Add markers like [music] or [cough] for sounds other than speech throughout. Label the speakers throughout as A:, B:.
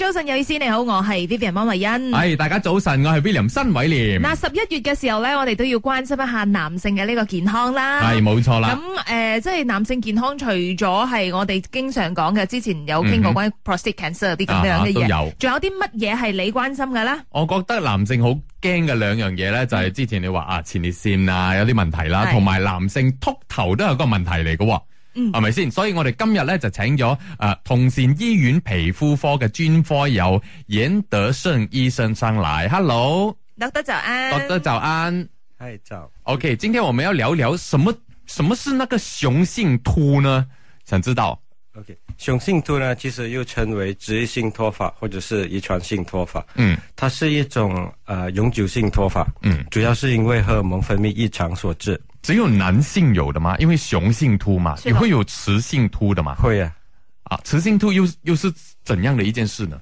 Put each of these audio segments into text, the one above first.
A: 早晨有意思，你好，我係 Vivian 汪慧欣。
B: 系、大家早晨，我系 William 新伟廉，
A: 嗯嗱，十一月嘅時候咧，我哋都要關心一下男性嘅呢個健康啦。
B: 系冇错啦
A: 啊咁。诶、呃即係男性健康，除咗係我哋經常講嘅，之前有傾過
B: 嗯哼
A: 關於 prostate cancer 啲
B: 啊
A: 咁樣嘅
B: 都
A: 嘢，
B: 有，
A: 仲有啲乜嘢係你關心嘅咧？
B: 我覺得男性好驚嘅兩樣嘢咧，就係之前你話啊前列腺啊有啲問題啦，
A: 嗯係
B: 同埋男性秃頭都係個問題嚟嘅喎，
A: 嗯
B: 係咪先？所以我哋今日咧就請咗诶同善醫院皮膚科嘅專科有严德胜醫生上嚟。Hello，
A: 得得就安，
B: doctor 哦早安。
C: 嗨，早。
B: OK，今天我們要聊聊什麼？什麼是那個雄性秃呢？想知道？
C: OK，雄性秃呢，其实又称为职业性脱发或者是遗传性脱发，
B: 嗯
C: 它是一种呃永久性脱发，
B: 嗯，
C: 主要是因为荷尔蒙分泌异常所致。
B: 只有男性有的吗？因为雄性秃嘛，
A: 是的
B: 也会有雌性秃的嘛。
C: 会啊。
B: 啊，雌性秃又是又是怎样的一件事呢？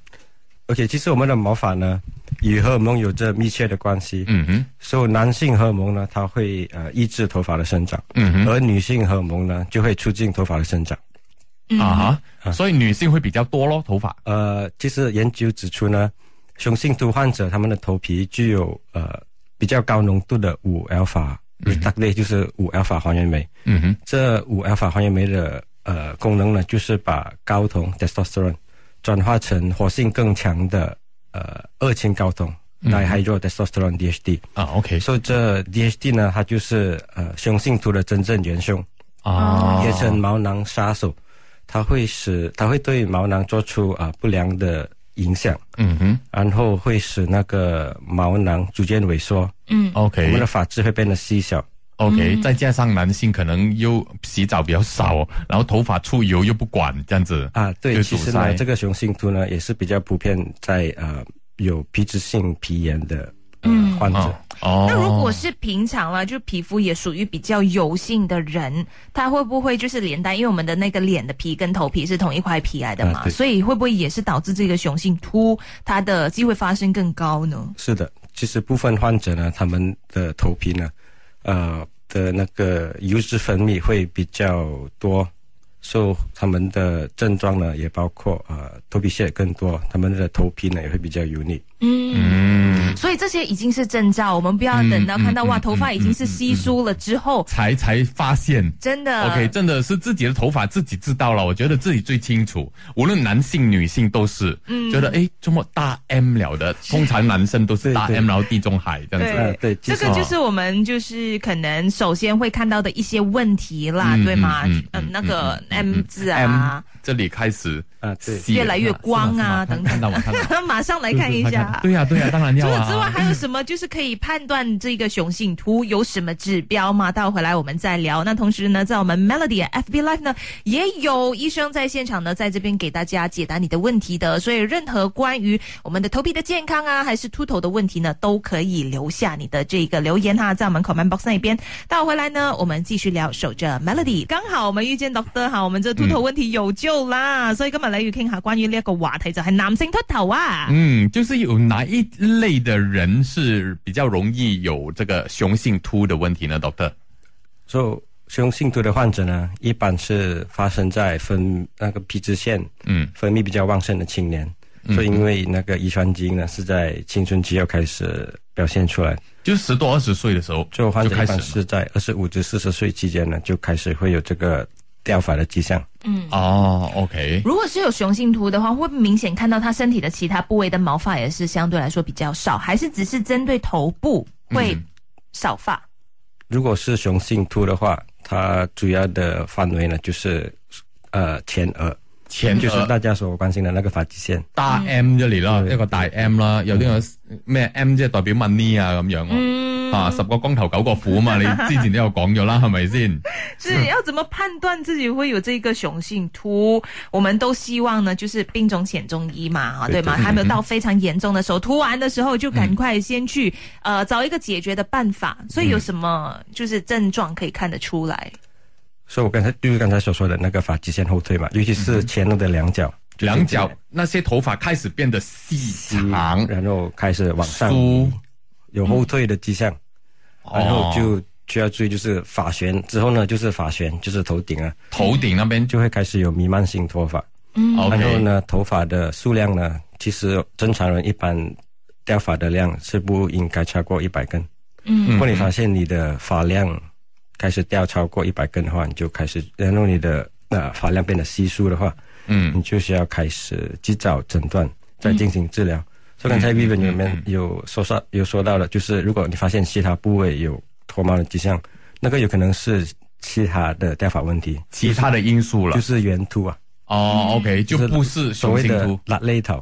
C: OK，其实我们的毛发呢，与荷尔蒙有着密切的关系。
B: 嗯哼，
C: 所以男性荷尔蒙呢，它会呃抑制头发的生长，
B: 嗯哼，
C: 而女性荷尔蒙呢，就会促进头发的生长。
A: 嗯
B: 啊哈，所以女性会比较多咯，头发。
C: 呃，其实研究指出呢，雄性秃患者他们的头皮具有呃比较高浓度的五 α r e d u c t a 就是五 α 还原酶。
B: 嗯哼，
C: 这五 α 还原酶的呃功能呢，就是把睾酮 testosterone 转化成活性更强的呃二氢睾酮 dihydro testosterone DHT。
B: 啊，OK，
C: 所以这 DHT 呢，它就是呃雄性秃的真正元凶，
B: 啊，
A: 哦
C: 也称毛囊杀手。它会使它会对毛囊做出啊、呃不良的影响。
B: 嗯哼
C: 然后会使那个毛囊逐渐萎缩，
A: 嗯，
C: 我们的
B: ，OK，OK，、
C: 发质会变得稀小。
B: 再加上男性可能又洗澡比较少，然后头发出油又不管，这样子。
C: 啊，
B: 就
C: 对，
B: 阻
C: 其实
B: 塞
C: 呢，这个雄性秃呢也是比较普遍在呃有皮质性皮炎的、呃
A: 嗯
C: 患者。
B: 哦，哦
A: 那如果是平常啦，就皮肤也属于比较油性的人，他会不会就是连带？因为我们的那个脸的皮跟头皮是同一块皮来的嘛，
C: 啊对
A: 所以会不会也是导致这个雄性秃它的机会发生更高呢？
C: 是的，其实部分患者呢，他们的头皮呢，呃的那个油脂分泌会比较多，受、他们的症状呢也包括呃头皮屑更多，他们的头皮呢也会比较油腻。
A: 嗯，
B: 嗯，
A: 所以这些已经是征兆，我们不要等到
B: 嗯嗯
A: 看到、哇，
B: 嗯
A: 头发已经是稀疏了之后，
B: 才才发现。
A: 真的
B: OK，真的是自己的头发自己知道了，我觉得自己最清楚，无论男性女性都是，
A: 嗯
B: 觉得诶这么大 M 了的，通常男生都是大
C: 对对
B: M 然后地中海这样子。
C: 呃对
A: 这
C: 其实
A: 个就是
B: 哦
A: 我们就是可能首先会看到的一些问题啦，
B: 嗯
A: 对吗？
B: 嗯
A: 嗯
B: 嗯嗯
A: 那个
B: 嗯
A: M 字啊， [laughs]
B: M 这里开始
C: 啊对
B: 细
A: 越来越光啊
B: 是吗是吗
A: 等等
B: 看到我看到我，
A: 马上 [laughs] 来看一下。
B: 对呀对呀，当然
A: 除
B: 要
A: 此之外，
B: 啊。
A: 还有什么就是可以判断这个雄性秃有什么指标吗？待会回来我们再聊。那同时呢，在我们 Melody 的 FB Live 呢，也有医生在现场呢，在这边给大家解答你的问题的。所以，任何关于我们的头皮的健康啊，还是秃头的问题呢，都可以留下你的这个留言哈，在我们 comment box 那边。待会回来呢，我们继续聊。守着 Melody，刚好我们遇见 Doctor 哈，我们这秃头问题有救啦。所以今日咧要倾下关于呢一个话题，就系男性秃头啊。
B: 嗯，就是有哪一类的人是比较容易有这个雄性秃的问题呢，Doctor？
C: 就雄性秃的患者呢，一般是发生在分那个皮脂腺
B: 嗯
C: 分泌比较旺盛的青年，所以因为那个遗传基因呢是在青春期要开始表现出来，
B: 就是十多二十岁的时候
C: 就患
B: 就
C: 者
B: 开
C: 一
B: 始
C: 般
B: 了
C: 是在二十五至四十岁期间呢就开始会有这个掉发的迹象。
B: 哦，OK，
A: 如果是有雄性秃的话，会明显看到他身体的其他部位的毛发也是相对来说比较少，还是只是针对头部会少发？
C: 如果是雄性秃的话，它主要的范围呢就是呃前额，
B: 前
C: 就是
B: 额
C: 大家所关心的那个发际线。
B: 大 M 咗嚟
C: 嗯
B: 啦，一個大 M 啦，有啲有咩 M 即係代表 money 啊咁樣咯，
A: 嗯，
B: 啊十個光頭九個虎嘛，你之前都有講咗啦，係咪先？
A: 是要怎么判断自己会有这个雄性秃？我们都希望呢，就是病中显中医嘛，哈，对吗？还没有到非常严重的时候，秃完的时候就赶快先去、呃找一个解决的办法。所以有什么就是症状可以看得出来？
C: 所以我刚才就是刚才所说的那个发际线后退嘛，尤其
B: 嗯
C: 是前额的两角，就是
B: 兩
C: [laughs]
B: 腳那些頭髮開始變得細長
C: 嗯然后开始往上
B: 梳，
C: 有后退的迹象，然后
B: 哦
C: 就需要注意就是发旋，之后呢就是发旋，就是头顶啊，
B: 頭頂那邊就
C: 嗯就会开始有弥漫性脱发，然后
B: OK
C: 呢头发的数量呢其实正常人一般掉发的量是不应该超过一百根。
A: 嗯
C: 如果你发现你的发量开始掉超过一百根的话，你就开始，然后你的呃发量变得稀疏的话，
B: 嗯
C: 你就需要开始及早诊断，再进行治疗。
B: 嗯
C: 所以刚才 Vivian 里面有说到有说到的，就是如果你发现其他部位有脱毛的迹象，那个有可能是其他的掉发问题，
B: 其他的因素了。
C: 就是圆秃啊，
B: 哦，OK，就不是
C: 所
B: 雄
C: 谓
B: 性
C: 的
B: 秃。
C: 拉勒头。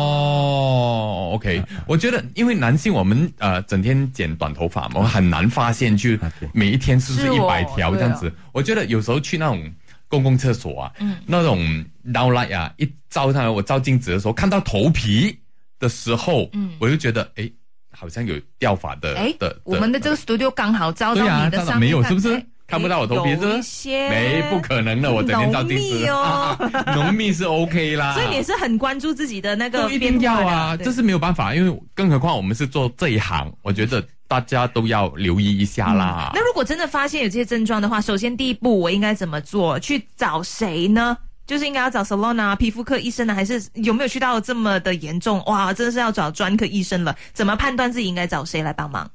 B: 哦，OK，我觉得因为男性我们呃整天剪短头发嘛，我们很难发现，就
C: 啊对
B: 每一天是不
A: 是
B: 是一
A: 哦
B: 百条这样子。我觉得有时候去那种公共厕所啊，
A: 嗯
B: 那种 down light 啊，一照上来，我照镜子的时候看到头皮的时候，
A: 嗯
B: 我就觉得诶，好像有掉发的
A: 哎
B: 的，
A: 我们的这个 studio 刚好照到
B: 对啊
A: 你的
B: 照到
A: 上面，
B: 没有是不是
A: 哎
B: 看不到我头皮是不是
A: 有一些
B: 没不可能的，我整天照镜
A: 浓密
B: 子，啊
A: 哦 [laughs]
B: [laughs] 浓密是 OK 啦。
A: 所以你也是很关注自己的那个
B: 都一定
A: 变
B: 要
A: 化的
B: 啊，
A: 对
B: 这是没有办法，因为更何况我们是做这一行，我觉得大家都要留意一下啦。
A: 那如果真的发现有这些症状的话，首先第一步我应该怎么做？去找谁呢？就是应该要找 salon 啊、皮肤科医生呢、还是有没有去到这么的严重？哇，真的是要找专科医生了。怎么判断自己应该找谁来帮忙？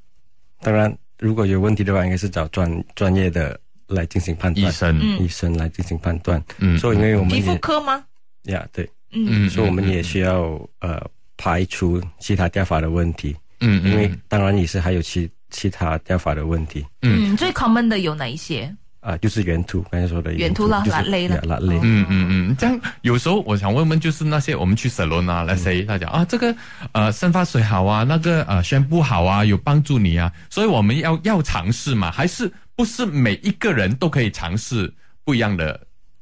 C: 当然，如果有问题的话，应该是找专专业的来进行判断，
B: 医生，
A: 嗯
C: 医生来进行判断。
B: 嗯
C: 所以，因为我们
A: 皮肤
C: 也
A: 科吗？
C: 呀，对，
A: 嗯
C: 所以我们也需要呃排除其他掉发的问题，
B: 嗯
C: 因为当然也是还有其其他掉发的问题
A: 嗯最 common 的有哪一些？
C: 啊、就是圆秃，刚才说的
A: 圆秃
C: 秃
A: 啦
C: 就是
A: 拉勒啦
C: 呀拉勒。
B: 嗯嗯嗯，这样有时候我想问问，就是那些我们去 salon 啊，来谁他讲啊，这个呃生发水好啊，那个呃宣布好啊，有帮助你啊，所以我们要要尝试嘛，还是不是每一个人都可以尝试不一样的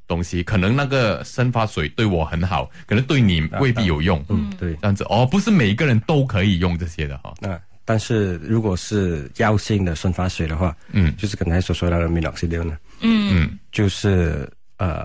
B: 东西？可能那个生发水对我很好，可能对你未必有用。
C: 嗯，对。
B: 这样子哦，不是每一个人都可以用这些的哈、
C: 那、但是如果是药性的生发水的话，
B: 嗯
C: 就是刚才所说到的 minoxidil 呢，
A: 嗯，
B: 嗯
C: 就是呃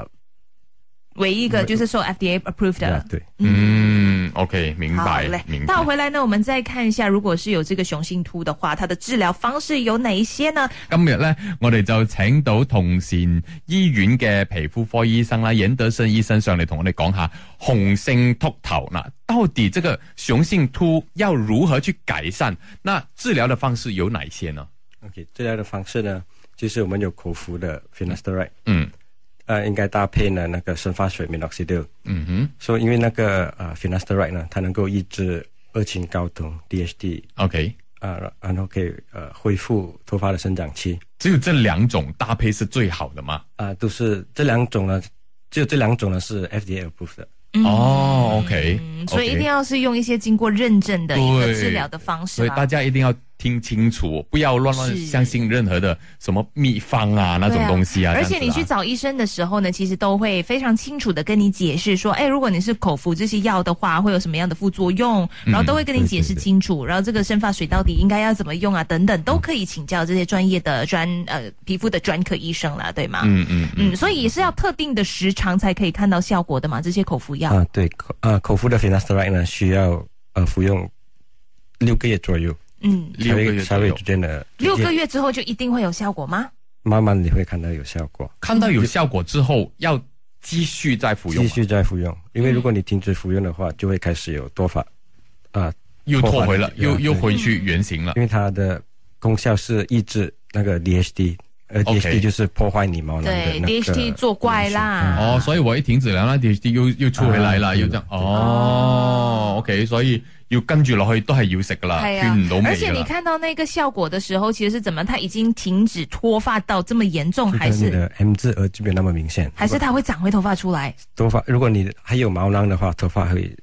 A: 唯一一个就是受 FDA approved 的
C: 呀。对。
B: 嗯，OK，明
A: 好
B: 白
A: 嘞，
B: 明白
A: 倒。回来呢，我们再看一下，如果是有这个雄性秃的话，它的治疗方式有哪一些呢？
B: 今日咧，我哋就請到同善醫院嘅皮膚科醫生啦，尹德森醫生上嚟同我哋講下雄性秃頭嗱，到底这個雄性秃要如何去改善？那治療的方式有哪一些呢？
C: OK，治疗的方式呢，就是我们有口服的 finasteride，
B: 嗯
C: 呃，应该搭配呢那个生发水 minoxidil。
B: 嗯哼
C: 所、以因为那个呃 finasteride 呢，它能够抑制二氢睾酮 DHT，
B: ，OK，
C: 呃，然后可以呃恢复头发的生长期。
B: 只有這兩種搭配是最好的嗎？
C: 啊、都是这两种呢，只有这两种呢是 FDA approved 的。
B: 哦，OK，
A: 嗯，所以一
B: OK
A: 定要是用一些经过认证的一个
B: 对
A: 治疗的方式
B: 所以
A: 啦
B: 大。家一定要听清楚，不要乱乱
A: 是
B: 相信任何的什么秘方啊那
A: 对
B: 种东西啊。
A: 而
B: 这
A: 且
B: 样
A: 你去
B: 子啊
A: 找医生的时候呢，其实都会非常清楚的跟你解释说，哎，如果你是口服这些药的话，会有什么样的副作用，
B: 嗯
A: 然后都会跟你解释清楚，然后这个生发水到底应该要怎么用啊，等等，都可以请教这些专业的专呃皮肤的专科医生啦，对吗？
B: 嗯嗯嗯
A: 嗯，所以也是要特定的时长才可以看到效果的嘛，这些口服药。
C: 啊、对，口啊、口服的 finasteride 呢需要呃服用六个月左右，
A: 嗯，
B: 六个月
C: 才
B: 左
C: 会
B: 右
C: 逐渐的，
A: 六
C: 逐
A: 个
C: 渐
A: 月之后就一定会有效果吗？
C: 慢慢你会看到有效果。
B: 看到有效果之后，要继续再服用嗯
C: 继
B: 吗，
A: 嗯
C: 续再服用，因为如果你停止服用的话，就会开始有脱发，啊、
B: 又拖回了，
C: 脱发
B: 又
C: 对
B: 又回去原形了
C: 因。为它的功效是抑制那个 DHT，呃
B: OK
C: ，DHT 就是破坏你毛囊的
A: 对
C: 那个
A: ，DHT 作怪啦。
B: 哦，所以我一停止了，那 DHT 又又出回来
C: 嗯啊
B: 啦，
C: 对
B: 又
C: 了
B: 这样。哦，OK，所以要跟住落去都係要食噶啦，
A: 系
B: 斷唔到
A: 而
B: 尾
A: 且
B: 噶
A: 你
B: 啦。
A: 看到那个效果的时候，其实是怎么？它已经停止脱发到这么严重，
C: 东西。
A: 还
C: 就嗯跟你
A: 是
C: 的 M 字额这边那么明显，
A: 还是它会长回头发出来？
C: 头发，如果你还有毛囊的话，头发会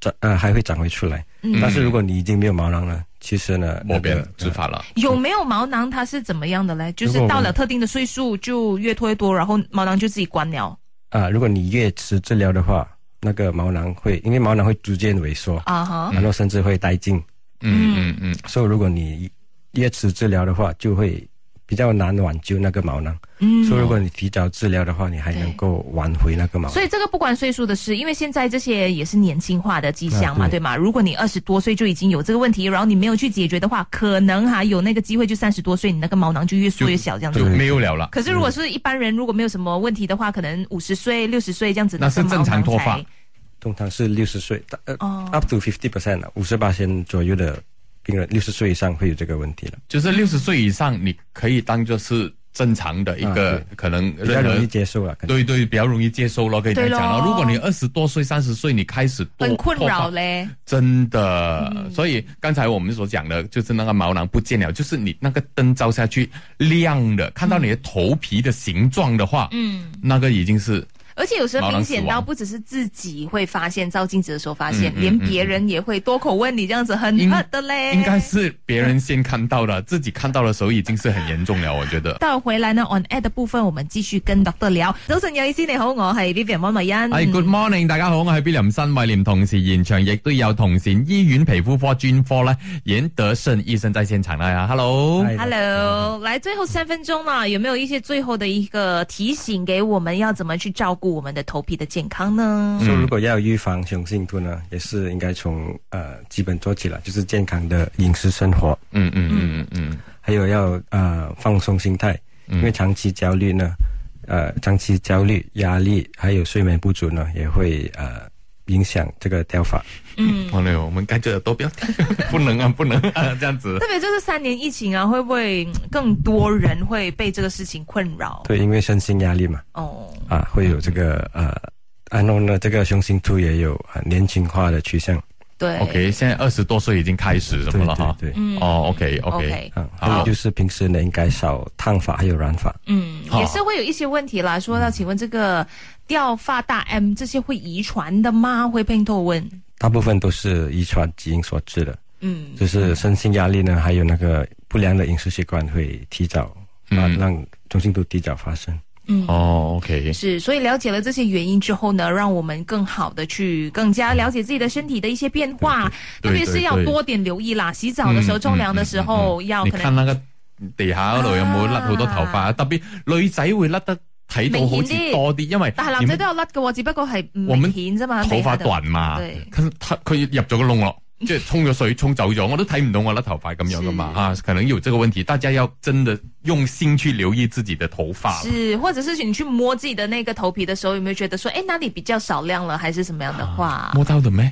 C: 长呃还会长回出来。
A: 嗯
C: 但是如果你已经没有毛囊了，其实呢，
B: 冇
C: 那
B: 变
C: 个
B: 植发啦。
A: 有没有毛囊？它是怎么样的嘞？就
C: 如果
A: 是
C: 我们
A: 到了特定的岁数就越脱越多，然后毛囊就自己关了
C: 啊、如果你越迟治疗的话，那个毛囊会因为毛囊会逐渐萎缩，
A: 啊哈。
C: 然后甚至会殆尽。
B: 嗯嗯嗯，
C: 所以如果你越迟治疗的话，就会比较难挽救那个毛囊。
A: 嗯
C: 所以如果你提早治疗的话，你还能够挽回那个毛
A: 所
C: 囊。
A: 以这个不管岁数的事，因为现在这些也是年轻化的迹象嘛，
C: 啊
A: 对
C: 对
A: 吗？如果你二十多岁就已经有这个问题，然后你没有去解决的话，可能还有那个机会，就三十多岁你那个毛囊就越缩越小这样子
B: 嗯就。
C: 嗯
B: 没有了啦。
A: 可是如果是一般人，如果没有什么问题的话，可能五十岁、六十岁这样子的
B: 那是
A: 毛囊
B: 正常脱发
A: 才
C: 通常是六十岁，呃、
A: 哦
C: u p to fifty percent 啊五十八千左右的病人，六十岁以上会有这个问题了，
B: 就是六十岁以上，你可以当做是正常的一个、
C: 啊
B: 可能
C: 比较
B: 任
C: 容易
B: 何。
C: 接受了。啊可能
B: 对对，比较容易接受咯，可以这样讲
A: 对
B: 了。
A: 咯
B: 如果你二十多岁、三十岁，你开始多
A: 很困
B: 脱发
A: 扰嘞。嗯
B: 真的，所以刚才我们所讲的，就是那个毛囊不见了，就是你那个灯照下去亮的，看到你的头皮的形状的话，
A: 嗯，
B: 那个已经是
A: 而且有时候明显到不只是自己会发现，照镜子的时候发
B: 嗯
A: 现，连别人也会多口问你，这样子很
B: 应
A: hurt 的嘞。
B: 嗯应该是别人先看到的，自己看到的时候已经是很严重了，我觉得。
A: 到回来呢，on air 的部分我们继续跟 Doctor 聊。早晨有意思，你好，我係 Vivian 温慧欣。
B: 系哎 Good morning，大家好，我系 B 林新慧廉，同时现场亦都有同善醫院皮膚科專科咧，严德胜醫生在現場啦，Hello，
C: 嗨
A: Hello，来最后三分钟啦，有没有一些最后的一个提醒给我们要怎么去照顾我们的头皮的健康
B: 嗯
A: 呢？
C: 所以如果要预防雄性秃呢，也是应该从呃基本做起来，就是健康的饮食生活，
B: 嗯嗯嗯嗯嗯，
C: 还有要呃放松心态，因为长期焦虑呢，呃长期焦虑、压力还有睡眠不足呢，也会呃影响这个掉发。
A: 嗯，
B: 朋友，我们盖着耳朵不要听， [laughs] 不能啊，不能啊，这样子
A: 特。别就是三年疫情啊，会不会嗯更多人会被这个事情困扰？
C: 对，因为身心压力嘛，
A: 哦，
C: 啊会有这个呃，然后呢这个雄性秃也有呃年轻化的趋向。
A: 对
B: OK，现在二十多岁已经开始什么了哈？
C: 对对对
A: 嗯
B: 哦，OK OK，
A: OK
C: 啊，还有就是平时呢应该少烫发还有染发。
A: 嗯，
B: 好
A: 也是会有一些问题啦。说到，请问这个掉发大 M 这些会遗传的吗？会拼透问，
C: 大部分都是遗传基因所致的，
A: 嗯，
C: 就是身心压力呢，还有那个不良的饮食习惯会提早啊，
B: 嗯
C: 让中性度提早发生。
B: 哦，OK，
A: 是，所以了解了这些原因之后呢，让我们更好的去更加了解自己的身体的一些变化，
B: 对对
A: 特别是要
B: 对
A: 多点留意啦。洗澡的时候、
B: 嗯
A: 冲凉的时候，要
B: 你
A: 可
B: 看
A: 能
B: 那個地下嗰度有冇甩好多頭髮？
A: 啊
B: 特別女仔會甩得睇到好
A: 明顯
B: 似
A: 啲
B: 多啲，因為
A: 但係男
B: 點
A: 仔都有甩嘅喎，只不過係唔
B: 我
A: 明
B: 們
A: 顯啫嘛，
B: 頭
A: 地下
B: 髮
A: 度
B: 短嘛
A: 對，
B: 佢佢佢入咗個窿咯。即係沖咗水，沖走咗，我都睇唔到我甩頭髮咁樣噶嘛
A: 是
B: 嚇、啊可能有這個問題，大家要真的用心去留意自己的頭髮。
A: 是，或者是你去摸自己的那个头皮的时候，有没有觉得说，哎，哪里比较少亮了，还是什么样的话，
B: 摸到的咩？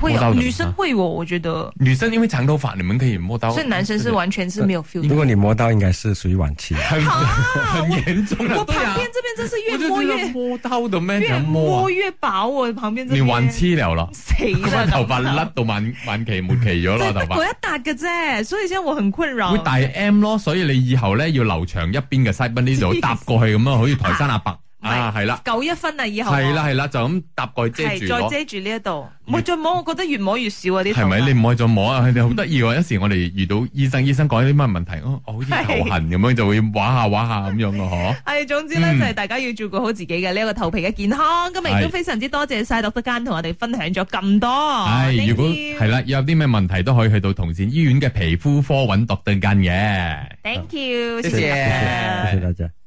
A: 会
B: 啊摸到
A: 有
B: 的
A: 女生
B: 啊
A: 会哦，我觉得，
B: 女生因為長頭髮，你們可以摸到。
A: 所以男生是完全是没有 feel
C: 如
A: 的。
C: 果你摸到，应该是属于晚期。
B: 很很嚴重啊
A: 我
B: 對
A: 旁
B: 啊
A: 边这边真是
B: 我
A: 越
B: 就
A: 摸
B: 覺
A: 越
B: 得摸到的咩？
A: 越
B: 怎麼摸啊
A: 摸越薄，我旁边这
B: 你
A: 边
B: 玩痴了咯，
A: 谁
B: 咁 [laughs] 啊
A: 啦
B: 頭
A: 老
B: 髮
A: 實 [laughs]
B: 甩到晚晚期末期咗
A: 即
B: 啦，
A: 係
B: 頭
A: 得嗰
B: 髮
A: 一笪嘅啫，所以先我很困擾。
B: 會大 M 咯，所以你以後咧要留長一邊嘅西賓
A: [laughs]
B: 呢度搭過去咁啊，好似台山阿伯
A: 咪
B: 啊，係啦，
A: 九一分啊，以後
B: 係啦，係啦，就咁搭過去遮
A: 係
B: 住
A: 再
B: 咗。
A: 遮住呢一度，唔好再摸，我覺得越摸越少啊啲頭髮
B: 係咪？你唔可以再
A: [laughs]
B: 摸啊！佢哋好得意喎，有時我哋遇到醫生，醫生講啲乜問題，哦，我好似頭痕咁樣，就會畫下畫下咁樣嘅嗬。
A: 係總之咧，
B: 嗯
A: 就係大家要照顧好自己嘅呢一個頭皮嘅健康。今日亦都
B: 係
A: 非常之多謝晒 d 德間同我哋分享咗咁多。
B: 唉，
A: Thank
B: 如果
A: you
B: 係啦，有啲咩問題都可以去到同善醫院嘅皮膚科揾doctor 間嘅。
A: ，Thank you，
B: 謝謝
C: 谢谢大家。